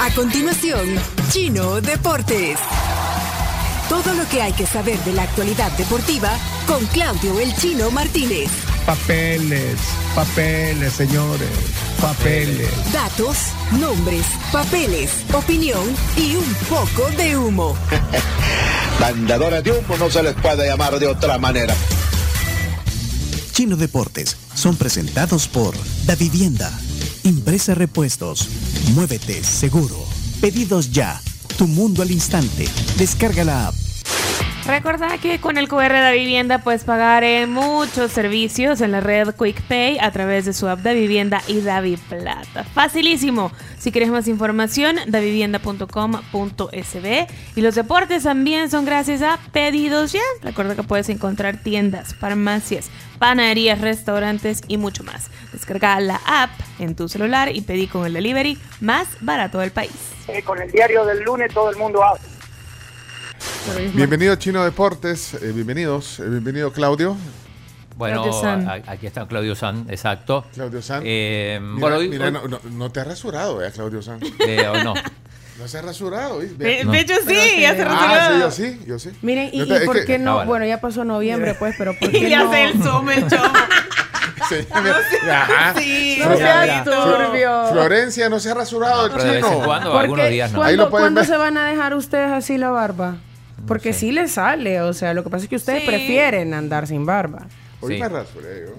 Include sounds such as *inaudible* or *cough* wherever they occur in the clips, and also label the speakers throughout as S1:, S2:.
S1: A continuación, Chino Deportes. Todo lo que hay que saber de la actualidad deportiva con Claudio El Chino Martínez.
S2: Papeles, papeles, señores, papeles.
S1: Datos, nombres, papeles, opinión y un poco de humo.
S3: Bandadores de humo no se les puede llamar de otra manera.
S4: Chino Deportes son presentados por Da Vivienda, Impresa Repuestos, Muévete Seguro, Pedidos Ya, Tu Mundo al Instante, descarga la app.
S5: Recordad que con el QR de Vivienda puedes pagar en muchos servicios en la red Quick Pay a través de su app de Vivienda y Davi Plata. Facilísimo. Si quieres más información, davivienda.com.sb. Y los deportes también son gracias a Pedidos Ya. Recuerda que puedes encontrar tiendas, farmacias, panaderías, restaurantes y mucho más. Descarga la app en tu celular y pedí con el delivery más barato del país.
S6: Eh, con el diario del lunes todo el mundo habla.
S7: Bienvenido Chino Deportes, eh, bienvenidos, eh, bienvenido Claudio,
S8: Bueno,
S5: Claudio San.
S8: a- aquí está Claudio San, exacto.
S7: Claudio San.
S8: Eh,
S7: Mira,
S8: bueno, hoy,
S7: mira,
S8: hoy-
S7: no, no- no te has rasurado, eh, Claudio San.
S8: eh,
S9: *laughs*
S8: hoy no.
S7: No se has rasurado, ¿eh?
S5: De,
S7: Ve-
S5: de hecho,
S9: Pero
S5: sí,
S9: sí.
S5: ya se
S7: Ah, sí,
S5: retiró.
S7: yo sí, yo sí.
S9: Miren, y,
S7: Yo te-
S9: y
S7: es
S9: por
S7: que-
S9: qué no,
S8: Ah, vale.
S9: bueno, ya pasó noviembre, pues, pero por qué
S5: Y *laughs* ya
S9: no.
S5: se el zoom, el chomo.
S7: Sí, mira, ajá.
S5: Sí,
S9: No
S7: Flor-
S9: seas
S7: Flor-
S9: turbio.
S7: Florencia no se ha rasurado,
S8: Pero de vez en
S7: Chino.
S8: cuando,
S9: ¿Por
S8: algunos
S9: qué?
S8: días no.
S7: Ahí
S9: ¿Cuándo,
S7: lo pueden
S9: cuándo
S7: ver.
S9: se van a dejar ustedes así la barba? Porque sí les sale, o sea, lo que pasa es que ustedes
S5: Sí.
S9: prefieren andar sin barba.
S7: Hoy
S8: Sí.
S7: me rasuré yo.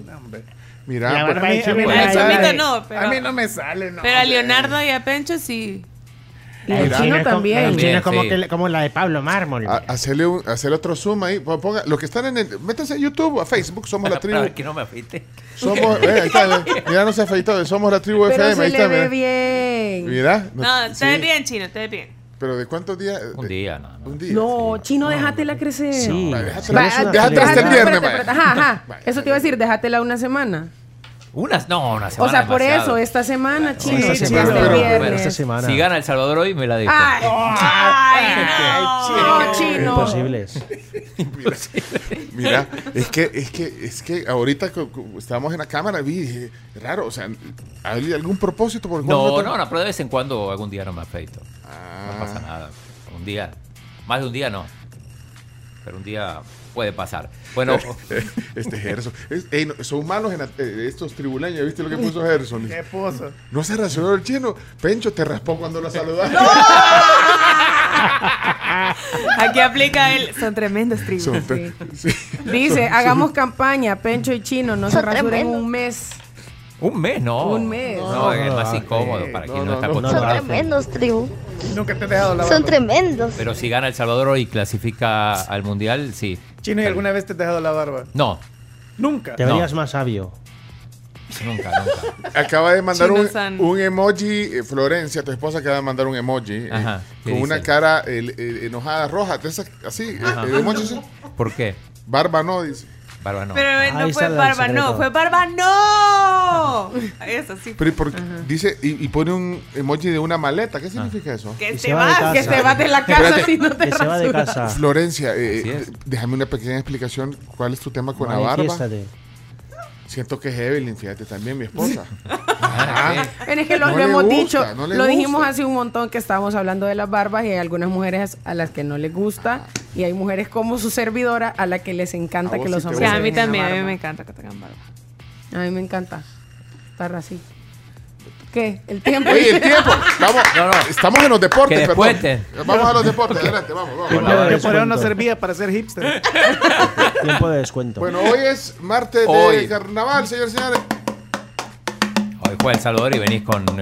S7: Mira, pues,
S2: a mí, a mí no
S5: Bueno,
S2: me
S5: el
S2: sale.
S5: chomito no, pero,
S2: A mí no me sale, no.
S5: pero a Leonardo y a Pencho sí.
S9: Y el chino
S2: El
S9: también. Ah,
S2: chino es como,
S8: Sí.
S2: que le- como la de Pablo Mármol.
S7: a- hacerle, un- hacerle otro zoom ahí. Pon- Ponga, los que están en el. Métanse a YouTube, a Facebook,
S8: *laughs*
S7: somos la tribu.
S8: Para que no me afeite.
S7: Somos, eh, ahí está, eh, mira, no se afeitó, somos la tribu
S9: Pero
S7: FM.
S9: se
S7: ahí
S9: le
S7: está,
S9: ve
S7: mira.
S9: bien.
S7: Mira, no-
S5: No,
S7: sí,
S5: ustedes bien, chino, ustedes bien.
S7: Pero de cuántos días?
S8: Un
S7: De-
S8: día, nada más.
S7: Un día.
S9: No, chino, déjatela crecer.
S2: Sí.
S7: Va, déjate
S9: Va,
S7: la-
S2: eso-
S7: deja atrás
S2: déjate-
S7: el viernes,
S9: espérate, espérate,
S7: vaya.
S9: ajá, ajá.
S7: Vaya,
S9: Eso te iba a decir, déjatela una semana.
S8: Unas, no, una semana.
S9: O sea, por eso,
S8: demasiado.
S9: esta semana, chino,
S2: esta
S9: este
S2: semana,
S7: pero-
S9: viernes.
S2: esta semana.
S8: Si gana El Salvador hoy, me la dejo.
S9: Ay, no, chino.
S2: Imposibles.
S7: Mira, es que, es que, es que ahorita que, que estábamos en la cámara, vi, dije, raro, o sea, ¿hay algún propósito por el cual
S8: no,
S7: te-
S8: no, no, pero de vez en cuando algún día no me afeito. No
S7: Ah, *laughs*
S8: pasa nada. Un día. Más de un día no. Pero un día puede pasar. Bueno,
S7: Este Gerson. Es- ey, no, son malos en la- eh, estos tribuleños, ¿viste lo que puso Gerson?
S2: ¿Qué puso?
S7: No se racionó el chino. Pencho te raspó cuando lo saludaste.
S5: Aquí aplica él. Son tremendos tribus.
S7: Son- sí.
S9: Dice, hagamos campaña, Pencho y Chino, no se rasuren un mes.
S8: un mes no.
S9: Un mes.
S8: No, es
S2: No,
S8: más
S2: no,
S8: incómodo
S2: sí.
S8: para
S7: No,
S8: quien no,
S7: no,
S8: está
S7: no,
S8: acostumbrado.
S10: tremendos, tribu.
S2: Nunca te he dejado la
S10: Son tremendos.
S8: Pero si gana El Salvador hoy y clasifica al Mundial, sí.
S11: Chino, ¿y alguna vez te has dejado la barba?
S8: No,
S11: Nunca.
S2: Te
S8: No.
S2: verías más sabio.
S8: nunca, nunca.
S7: Acaba de mandar
S5: Chino
S7: un,
S5: San.
S7: un emoji, eh, Florencia, tu esposa acaba de mandar un emoji eh,
S8: Ajá, ¿qué
S7: con
S8: dice?
S7: una cara el- el- enojada roja, de esas- así, eh, el emoji así.
S8: ¿Por qué?
S7: Barba no, dice.
S8: Barba no.
S5: Pero eh, no
S2: Ahí
S5: fue
S2: sale el
S5: barba, no,
S2: secreto.
S5: fue barba, no. Eso sí.
S7: Pero ¿y por qué? dice y, y pone un emoji de una maleta.
S8: Ah.
S7: ¿Qué significa eso?
S5: Que
S2: Y
S5: te
S2: se va de
S5: vas.
S2: casa.
S5: que
S9: Que se va de la casa
S7: Espérate.
S9: si no te
S2: Que se va de
S9: rasuras.
S2: casa.
S7: Florencia, eh,
S8: Así es.
S7: déjame una pequeña explicación. ¿Cuál es tu tema con la barba?
S2: Manifiéstate.
S7: Siento que es Evelyn, fíjate también, mi esposa.
S8: Ah, sí.
S9: Bueno, es que lo,
S7: No
S9: lo
S7: le
S9: hemos
S7: gusta,
S9: dicho,
S7: no le
S9: lo dijimos
S7: gusta.
S9: hace un montón que estábamos hablando de las barbas y hay algunas mujeres a las que no les gusta y hay mujeres como su servidora a la que les
S7: Ah. A
S9: encanta
S7: vos
S9: que
S7: sí
S9: los
S7: te
S5: Sí,
S9: hombres.
S5: a
S9: se
S5: mí
S9: dejen la
S5: también, a mí
S9: barba.
S5: me encanta que tengan barba.
S9: A mí me encanta estar así. ¿Qué? El tiempo.
S7: Oye, el tiempo.
S9: *laughs*
S7: Vamos,
S8: No, no.
S7: Estamos en los deportes,
S8: Que
S7: perdón.
S8: después te-
S7: Vamos a los
S8: *laughs*
S7: deportes, adelante, vamos, vamos.
S2: Tiempo de
S11: Yo por eso no
S2: descuento.
S11: servía para ser hipster.
S2: Tiempo de descuento.
S7: Bueno, hoy es martes de
S8: Hoy.
S7: carnaval, señores y señores.
S8: Hoy juega El Salvador y venís con. eh,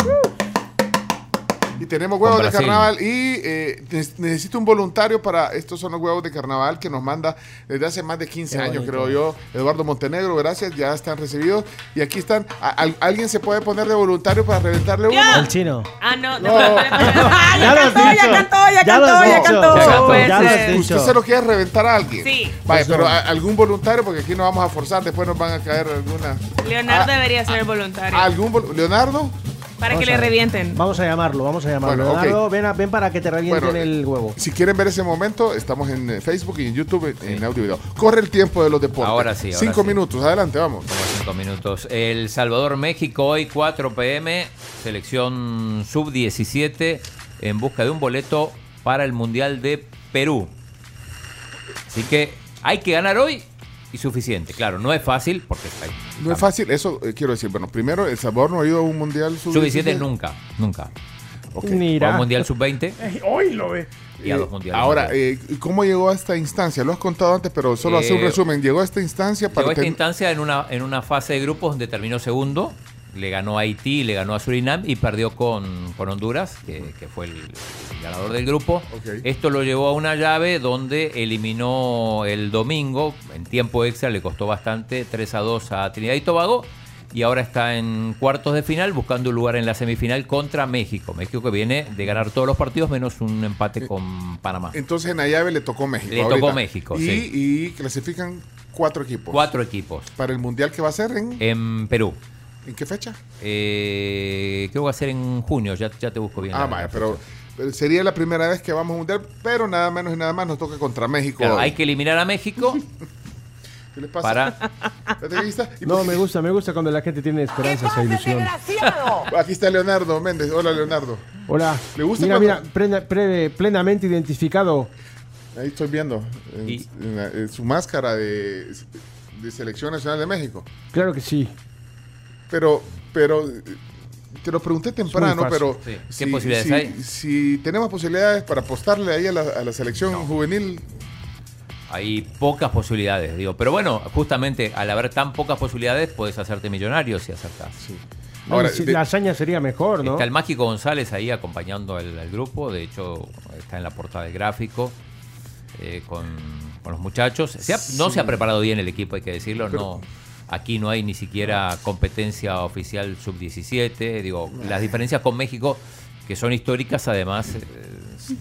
S7: Y tenemos huevos
S8: Con
S7: de
S8: Brasil.
S7: carnaval y eh, ne- necesito un voluntario para estos son los huevos de carnaval que nos manda desde hace más de 15
S2: Qué
S7: años,
S2: bonito.
S7: creo yo, Eduardo Montenegro, gracias, ya están recibidos y aquí están, A- al- alguien se puede poner de voluntario para reventarle uno.
S5: Ya.
S2: El chino.
S5: Ah, no,
S7: No.
S5: Ah,
S2: Ya
S5: *laughs* ya
S2: lo has
S5: cantó, ya
S2: dicho.
S5: cantó, ya
S2: Ya lo
S5: cantó,
S2: has
S5: ya
S2: dicho.
S5: cantó.
S8: Ya cantó.
S5: Puede
S2: Ya lo has
S5: ser.
S2: dicho.
S7: ¿Usted se lo quiere reventar a alguien?
S5: Sí.
S7: Vaya,
S2: Eso.
S7: pero a- algún voluntario, porque aquí no vamos a forzar, después nos van a caer alguna.
S5: Leonardo
S7: Ah,
S5: debería ser el voluntario.
S7: ¿Algún vol- Leonardo?
S5: para que
S2: Ah, Vamos
S5: le
S2: a ver.
S5: revienten.
S2: Vamos a llamarlo, vamos a llamarlo.
S7: Bueno, ok.
S2: Leonardo, ven, a- ven para que te revienten
S7: Bueno, eh,
S2: el huevo.
S7: Si quieren ver ese momento, estamos en eh, Facebook y en YouTube en, en audio y video. Corre el tiempo de los deportes.
S8: Ahora sí, ahora
S7: Cinco
S8: sí.
S7: minutos, adelante, vamos.
S8: Como cinco minutos. El Salvador, México, hoy 4 pm. Selección sub-17. en busca de un boleto para el Mundial de Perú. Así que hay que ganar hoy y suficiente. Claro, no es fácil porque está ahí.
S7: No es fácil, eso eh, quiero decir. Bueno, primero, El Salvador no ha ido a un mundial sub-
S8: Suficiente nunca, nunca.
S7: Ok.
S8: Fue al Mundial Sub-20
S11: Hoy lo ve.
S8: y a
S7: Eh,
S8: los Mundiales.
S7: Ahora, eh, ¿cómo llegó a esta instancia? Lo has contado antes, pero solo hace un
S8: Eh,
S7: resumen. Llegó a esta instancia para
S8: Llegó a esta
S7: ten-
S8: instancia en una, en una fase de grupos donde terminó segundo, le ganó a Haití, le ganó a Surinam y perdió con, con Honduras, que, que fue el, el ganador del grupo.
S7: Ok.
S8: Esto lo llevó a una llave donde eliminó el domingo, en tiempo extra le costó bastante, 3 a 2 a Trinidad y Tobago. Y ahora está en cuartos de final buscando un lugar en la semifinal contra México. México que viene de ganar todos los partidos menos un empate con Panamá.
S7: Entonces Eh, en la llave le tocó México.
S8: Le tocó México,
S7: y,
S8: sí.
S7: y clasifican cuatro equipos.
S8: Cuatro Eh, equipos.
S7: Para el mundial que va a ser en,
S8: En Perú.
S7: ¿en qué fecha?
S8: Eh, creo que va a ser en junio, ya, ya te busco bien.
S7: ah,
S8: la-
S7: vaya,
S8: la
S7: pero
S8: fecha.
S7: pero sería la primera vez que vamos a mundial, pero nada menos y nada más nos toca contra México.
S8: Claro,
S7: hoy.
S8: hay que eliminar a México
S7: ¿Qué les pasa? *laughs*
S8: para.
S7: Espérate, Aquí está, Y
S2: No,
S7: pues-
S2: me gusta, me gusta cuando la gente tiene esperanzas e ilusión.
S7: aquí está Leonardo Méndez. Hola, Leonardo.
S2: Hola.
S7: ¿Le gusta
S2: mira,
S7: cuando-
S2: mira, plena- pre- plenamente identificado.
S7: Ahí estoy viendo en-
S8: Y-
S7: en la- en su máscara de, de Selección Nacional de México.
S2: Claro que sí.
S7: Pero, pero eh, te lo pregunté temprano,
S2: fácil.
S7: pero
S8: Sí. ¿Qué posibilidades
S7: si,
S8: hay?
S7: si tenemos posibilidades para apostarle ahí a la, a la selección juvenil,
S8: Hay pocas posibilidades, digo. Pero bueno, justamente al haber tan pocas posibilidades, puedes hacerte millonario si acertás.
S7: Ahora,
S2: Ay, si
S7: de- Ah,
S2: la hazaña sería mejor, ¿no?
S8: Está el Mágico González ahí acompañando al, al grupo. De hecho, está en la portada del gráfico eh, con, con los muchachos. Se ha- No se ha preparado bien el equipo, hay que decirlo. no, aquí no hay ni siquiera competencia oficial sub-17. Digo, las diferencias con México, que son históricas, además eh,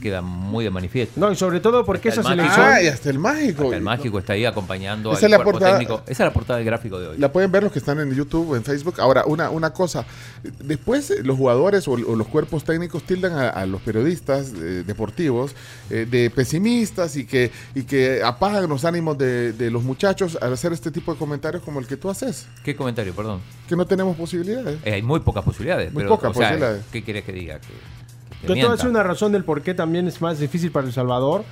S8: quedan muy de manifiesto.
S2: No, y sobre todo porque
S8: Está
S2: esa
S8: el
S2: selección.
S7: ah, y hasta el mágico.
S8: El Mágico está ahí acompañando
S7: Esa
S8: al
S7: es la
S8: cuerpo
S7: portada-
S8: técnico. Esa es la portada del gráfico de hoy.
S7: La pueden ver los que están en YouTube, en Facebook. Ahora, una, una cosa. Después, eh, los jugadores o, o los cuerpos técnicos tildan a, a los periodistas eh, deportivos eh, de pesimistas y que, y que apagan los ánimos de, de los muchachos al hacer este tipo de comentarios como el que tú haces.
S8: ¿Qué comentario, perdón?
S7: Que no tenemos posibilidades.
S8: Eh, hay muy pocas posibilidades.
S7: Muy
S8: pero,
S7: pocas
S8: o sea,
S7: posibilidades.
S8: ¿Qué quieres que diga? Que,
S2: Yo te
S8: que te
S2: voy a
S8: mienta.
S2: decir una razón del por qué también es más difícil para El Salvador,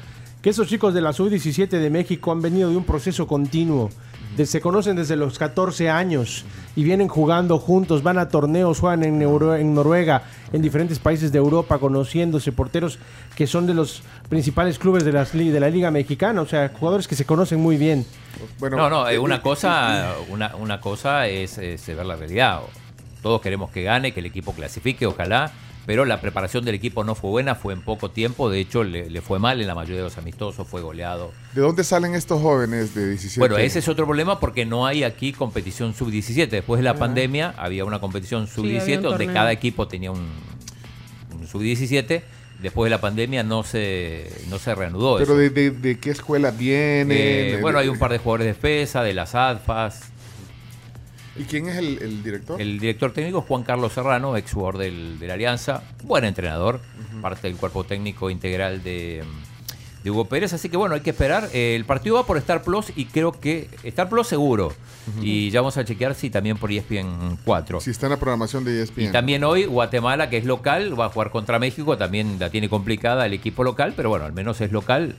S2: que esos chicos de la sub-17 de México han venido de un proceso continuo. de- se conocen desde los 14 años y vienen jugando juntos, van a torneos, juegan en, Euro- en Noruega, en diferentes países de Europa, conociéndose porteros que son de los principales clubes de, las li- de la Liga Mexicana, o sea, jugadores que se conocen muy bien.
S7: Bueno,
S8: No, no, eh,
S7: eh,
S8: una cosa, una, una cosa es, es ver la realidad. Todos queremos que gane, que el equipo clasifique, ojalá, pero la preparación del equipo no fue buena, fue en poco tiempo, de hecho le, le fue mal en la mayoría de los amistosos, fue goleado.
S7: ¿De dónde salen estos jóvenes de 17
S8: Bueno, ese es otro problema porque no hay aquí competición sub-17. Después de
S7: Ah.
S8: la pandemia había una competición
S9: había
S8: sub-17
S9: un
S8: donde
S9: torneo.
S8: cada equipo tenía un, un sub-17. Después de la pandemia no se, no se reanudó
S7: Pero
S8: eso.
S7: de, de- de qué escuela vienen?
S8: Eh,
S7: de-
S8: bueno,
S7: de-
S8: hay un par de jugadores de FESA, de las ADFAS.
S7: ¿Y quién es el, el director?
S8: El director técnico es Juan Carlos Serrano, ex jugador del, de la Alianza, buen entrenador, parte del cuerpo técnico integral de, de Hugo Pérez. Así que bueno, hay que esperar. Eh, el partido va por Star Plus y creo que Star Plus seguro. Y ya vamos a chequear si también por E ESPN 4.
S7: Si está en la programación de E ESPN.
S8: Y también hoy Guatemala, que es local, va a jugar contra México, también la tiene complicada el equipo local, pero bueno, al menos es local,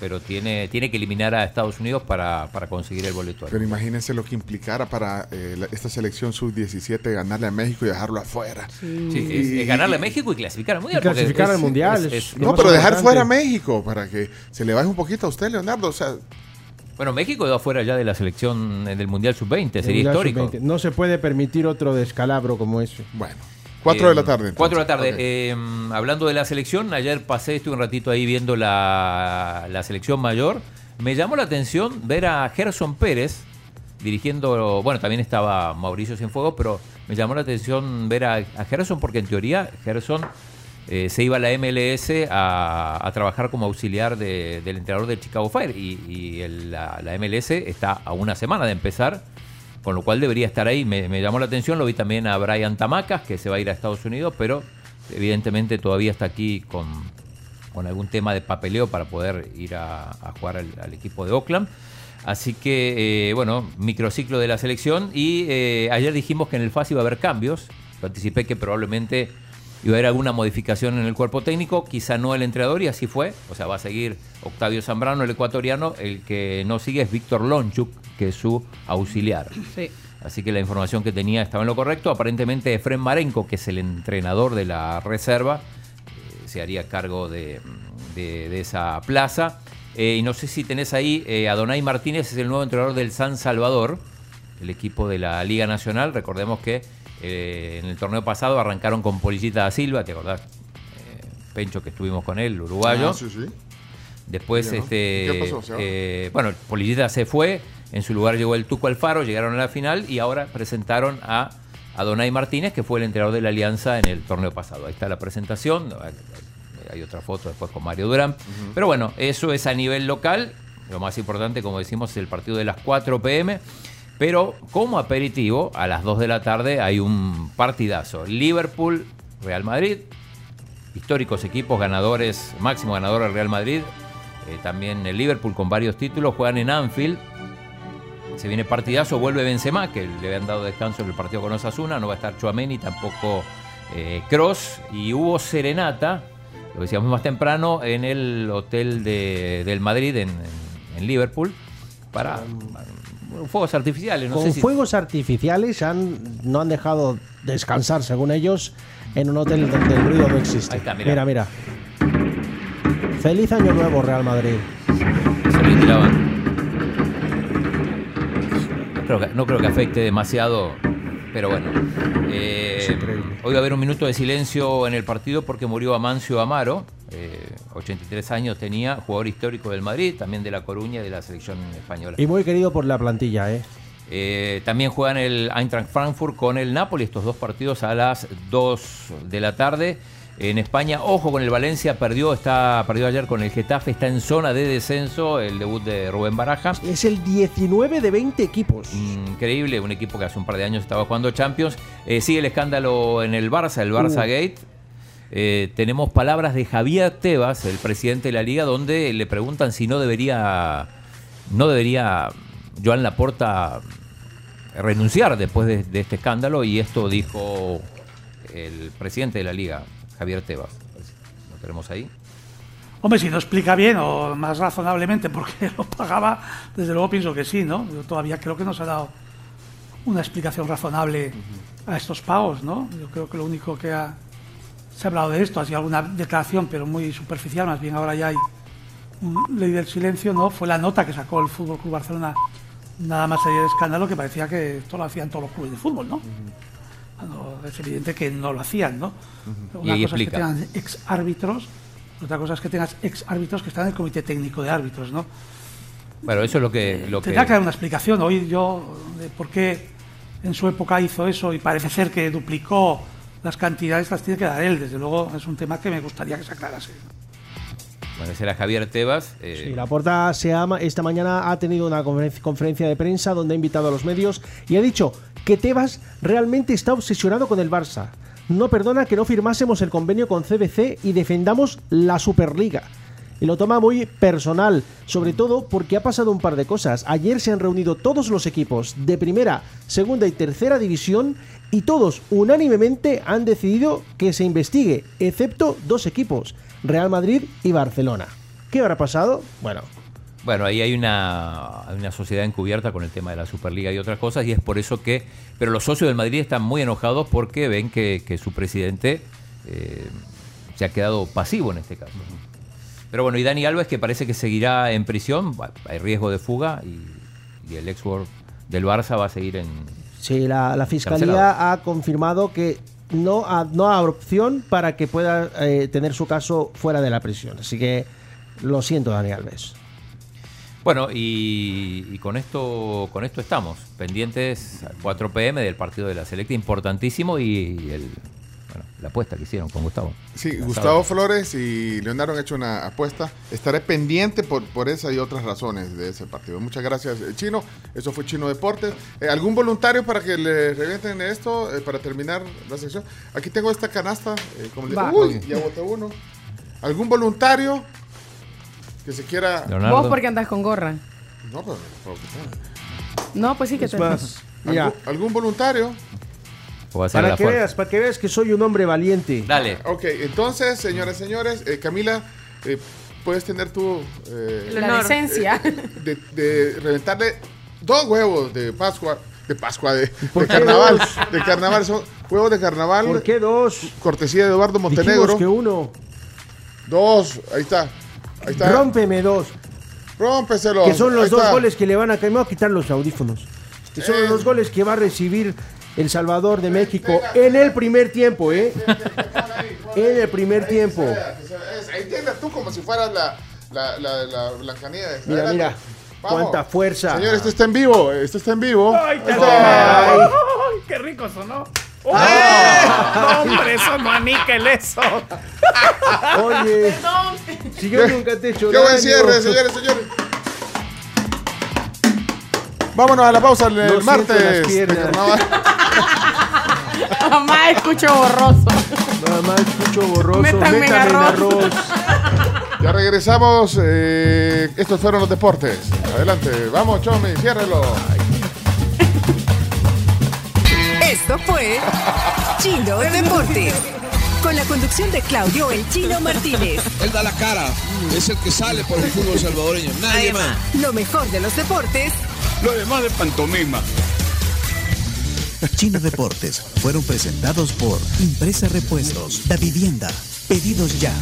S8: pero tiene, tiene que eliminar a Estados Unidos para, para conseguir el boleto.
S7: Pero imagínense lo que implicara para eh, la- esta selección sub-17 ganarle a México y dejarlo afuera.
S8: Sí, es, es ganarle a México y clasificar al Mundial.
S2: Y
S8: porque
S2: clasificar
S8: es-
S2: al Mundial
S8: es-
S2: es-
S8: es-
S2: Lo
S7: No,
S2: más
S7: pero dejar
S2: importante.
S7: fuera a México para que se le baje un poquito a usted, Leonardo. O sea,
S8: Bueno, México quedó fuera ya de la selección eh, del Mundial Sub-20, sería
S2: Ya
S8: histórico.
S2: sub-20. No se puede permitir otro descalabro como ese.
S7: bueno. 4 de la
S8: Eh,
S7: tarde.
S8: Cuatro de la tarde.
S7: entonces.
S8: Eh, hablando de la selección, ayer pasé, estuve un ratito ahí viendo la, la selección mayor. Me llamó la atención ver a Gerson Pérez dirigiendo, bueno, también estaba Mauricio Cienfuegos, pero me llamó la atención ver a, a Gerson porque en teoría Gerson eh, se iba a la MLS a, a trabajar como auxiliar de- del entrenador del Chicago Fire y, y el- la, la MLS está a una semana de empezar con lo cual debería estar ahí. Me, me llamó la atención, lo vi también a Brian Tamacas, que se va a ir a Estados Unidos, pero evidentemente todavía está aquí con, con algún tema de papeleo para poder ir a, a jugar al, al equipo de Oakland. Así que, eh, bueno, microciclo de la selección. Y eh, ayer dijimos que en el FAS iba a haber cambios. Yo anticipé que probablemente y va a haber alguna modificación en el cuerpo técnico, quizá no el entrenador, y así fue. O sea, va a seguir Octavio Zambrano, el ecuatoriano, el que no sigue es Víctor Lonchuk, que es su auxiliar.
S5: Sí.
S8: Así que la información que tenía estaba en lo correcto. Aparentemente Efren Marenco, que es el entrenador de la reserva, eh, se haría cargo de, de- de esa plaza. Eh, y no sé si tenés ahí, eh, Adonai Martínez es el nuevo entrenador del San Salvador, el equipo de la Liga Nacional. Recordemos que eh, en el torneo pasado arrancaron con Polillita da Silva, ¿te acordás? Eh, Pencho que estuvimos con él, uruguayo.
S7: Ah, sí, sí.
S8: Después,
S7: Ya.
S8: este,
S7: ¿Qué pasó, Seba?
S8: eh, bueno, Polillita se fue, en su lugar llegó el Tuco Alfaro, llegaron a la final y ahora presentaron a Adonai Martínez, que fue el entrenador de la Alianza en el torneo pasado. Ahí está la presentación, hay otra foto después con Mario Durán. Pero bueno, eso es a nivel local, lo más importante, como decimos, es el partido de las 4 pm. Pero como aperitivo, a las 2 de la tarde hay un partidazo. Liverpool, Real Madrid, históricos equipos ganadores, máximo ganador el Real Madrid, eh, también el Liverpool con varios títulos, juegan en Anfield. Se viene partidazo, vuelve Benzema, que le habían dado descanso en el partido con Osasuna, no va a estar Chuameni, tampoco Cross, y hubo Serenata, lo decíamos más temprano, en el hotel de- del Madrid, en, en- en Liverpool, para bueno, fuegos artificiales, no
S2: Con
S8: sé si...
S2: fuegos artificiales han, no han dejado descansar, según ellos, en un hotel donde el ruido no existe.
S8: Ahí está,
S2: mira,
S8: mira.
S2: mira. Feliz año nuevo, Real Madrid.
S8: Se lo tiraban. No creo que, no creo que afecte demasiado, pero bueno. Eh, hoy va a haber un minuto de silencio en el partido porque murió Amancio Amaro, eh, 83 años tenía, jugador histórico del Madrid, también de La Coruña y de la selección española.
S2: Y muy querido por la plantilla, ¿eh?
S8: Eh, también juegan el Eintracht Frankfurt con el Napoli, estos dos partidos a las 2 de la tarde. En España, ojo con el Valencia, perdió, está, perdió ayer con el Getafe, está en zona de descenso el debut de Rubén Baraja.
S2: Es el 19 de 20 equipos.
S8: Increíble, un equipo que hace un par de años estaba jugando Champions. Eh, sigue el escándalo en el Barça, el Barça
S10: Uh.
S8: Gate. Eh, tenemos palabras de Javier Tebas, el presidente de la liga, donde le preguntan si no debería, no debería Joan Laporta renunciar después de, de este escándalo y esto dijo el presidente de la liga, Javier Tebas. Lo tenemos ahí.
S10: Hombre, si lo explica bien o más razonablemente porque lo pagaba, desde luego pienso que sí, ¿no? Yo todavía creo que no se ha dado una explicación razonable a estos pagos, ¿no? Yo creo que lo único que ha, se ha hablado de esto ha sido alguna declaración, pero muy superficial, más bien ahora ya hay un ley del silencio, ¿no? Fue la nota que sacó el Fútbol Club Barcelona nada más allá del escándalo que parecía que esto lo hacían todos los clubes de fútbol, ¿no? Cuando es evidente que no lo hacían, ¿no?
S8: Y
S10: Una
S8: ahí
S10: cosa es que
S8: explica.
S10: tengan ex árbitros, otra cosa es que tengas ex árbitros que están en el comité técnico de árbitros, ¿no?
S8: Bueno, eso es lo que... Lo
S10: Tendrá
S8: que
S10: que dar una explicación. Hoy yo, de por qué en su época hizo eso y parece ser que duplicó las cantidades, las tiene que dar él. Desde luego es un tema que me gustaría que se aclarase.
S8: bueno, ese era Javier Tebas. eh,
S2: Sí, la Porta se ama. Esta mañana ha tenido una conferencia, conferencia de prensa donde ha invitado a los medios y ha dicho que Tebas realmente está obsesionado con el Barça. No perdona que no firmásemos el convenio con CBC y defendamos la Superliga. Y lo toma muy personal, sobre todo porque ha pasado un par de cosas. Ayer se han reunido todos los equipos de primera, segunda y tercera división y todos unánimemente han decidido que se investigue, excepto dos equipos, Real Madrid y Barcelona. ¿Qué habrá pasado? Bueno,
S8: Bueno, ahí hay una, hay una sociedad encubierta con el tema de la Superliga y otras cosas, y es por eso que. Pero los socios del Madrid están muy enojados porque ven que, que su presidente eh, se ha quedado pasivo en este caso. Pero bueno, y Dani Alves, que parece que seguirá en prisión, va- hay riesgo de fuga, y, y el ex jugador del Barça va a seguir en.
S2: sí, la, la fiscalía
S8: Cancelado.
S2: ha confirmado que no, ha- no habrá opción para que pueda eh, tener su caso fuera de la prisión. Así que lo siento, Dani Alves.
S8: Bueno, y, y con esto con esto estamos, pendientes a 4 pm del partido de la Selecta, importantísimo, y el, bueno, la apuesta que hicieron con Gustavo.
S7: Sí,
S8: Gustavo.
S7: Gustavo Flores y Leonardo han hecho una apuesta. Estaré pendiente por, por esa y otras razones de ese partido. Muchas gracias, eh, Chino. Eso fue Chino Deportes. Eh, ¿Algún voluntario para que le revienten esto eh, para terminar la sección? Aquí tengo esta canasta. eh, como le-
S9: Va.
S7: Uy, ya boté uno. ¿Algún voluntario que se quiera...?
S8: Leonardo.
S9: Vos porque andas con gorra.
S7: No, pues, pero- pero-
S9: No, pues sí que te...
S7: ¿Algún, algún voluntario?
S8: O va a ser a
S2: Para
S8: la
S2: que
S8: fuerza.
S2: veas, para que veas que soy un hombre valiente.
S8: Dale.
S7: Ok, entonces, señoras y señores, eh, Camila, eh, puedes tener tu... eh,
S9: La honor. *laughs* licencia.
S7: eh, de, de reventarle dos huevos de Pascua, de Pascua, de, de
S2: qué
S7: carnaval.
S2: dos?
S7: De carnaval, son huevos de carnaval.
S2: ¿Por qué dos?
S7: Cortesía de Eduardo Montenegro.
S2: Dijimos que uno.
S7: Dos, ahí está. Ahí está.
S2: Rómpeme dos.
S7: Rómpeselo.
S2: Que son los
S7: Ahí
S2: dos
S7: está.
S2: goles que le van a caer. Me voy a quitar los audífonos. Que son los dos goles que va a recibir El Salvador de México en el primer tiempo, ¿eh? En el primer tiempo.
S7: Es- Entiendes tú como si fueras la, la, la, la Blancanieves.
S2: Mira, mira.
S7: Adelante. Vamos.
S2: Cuánta fuerza.
S7: Señores, esto está en vivo. Esto está en vivo.
S9: *laughs*
S2: Ay.
S11: ¡Qué rico sonó! ¡Oh! No, hombre, eso no anica el eso.
S2: Oye, si yo nunca te he hecho
S7: Qué buen
S2: daño.
S7: cierre, señores, señores. Vámonos a la pausa el
S2: Lo siento en
S7: martes.
S2: las
S7: de *laughs*
S2: piernas.
S7: carnaval.
S9: Mamá, escucho borroso.
S2: Nada más escucho borroso.
S9: Métame en
S2: Métame en
S9: arroz.
S2: arroz.
S7: *laughs* Ya regresamos. eh, estos fueron los deportes. Adelante. Vamos, Chomi, ciérrelo.
S1: Esto fue
S9: *laughs*
S1: Chino Deportes. Con la conducción de Claudio El Chino Martínez.
S12: Él da la cara, es el que sale por el fútbol salvadoreño, nadie más.
S1: Lo mejor de los deportes
S12: Lo demás de pantomima.
S4: Chino Deportes fueron presentados por Impresa Repuestos, La Vivienda, Pedidos Ya,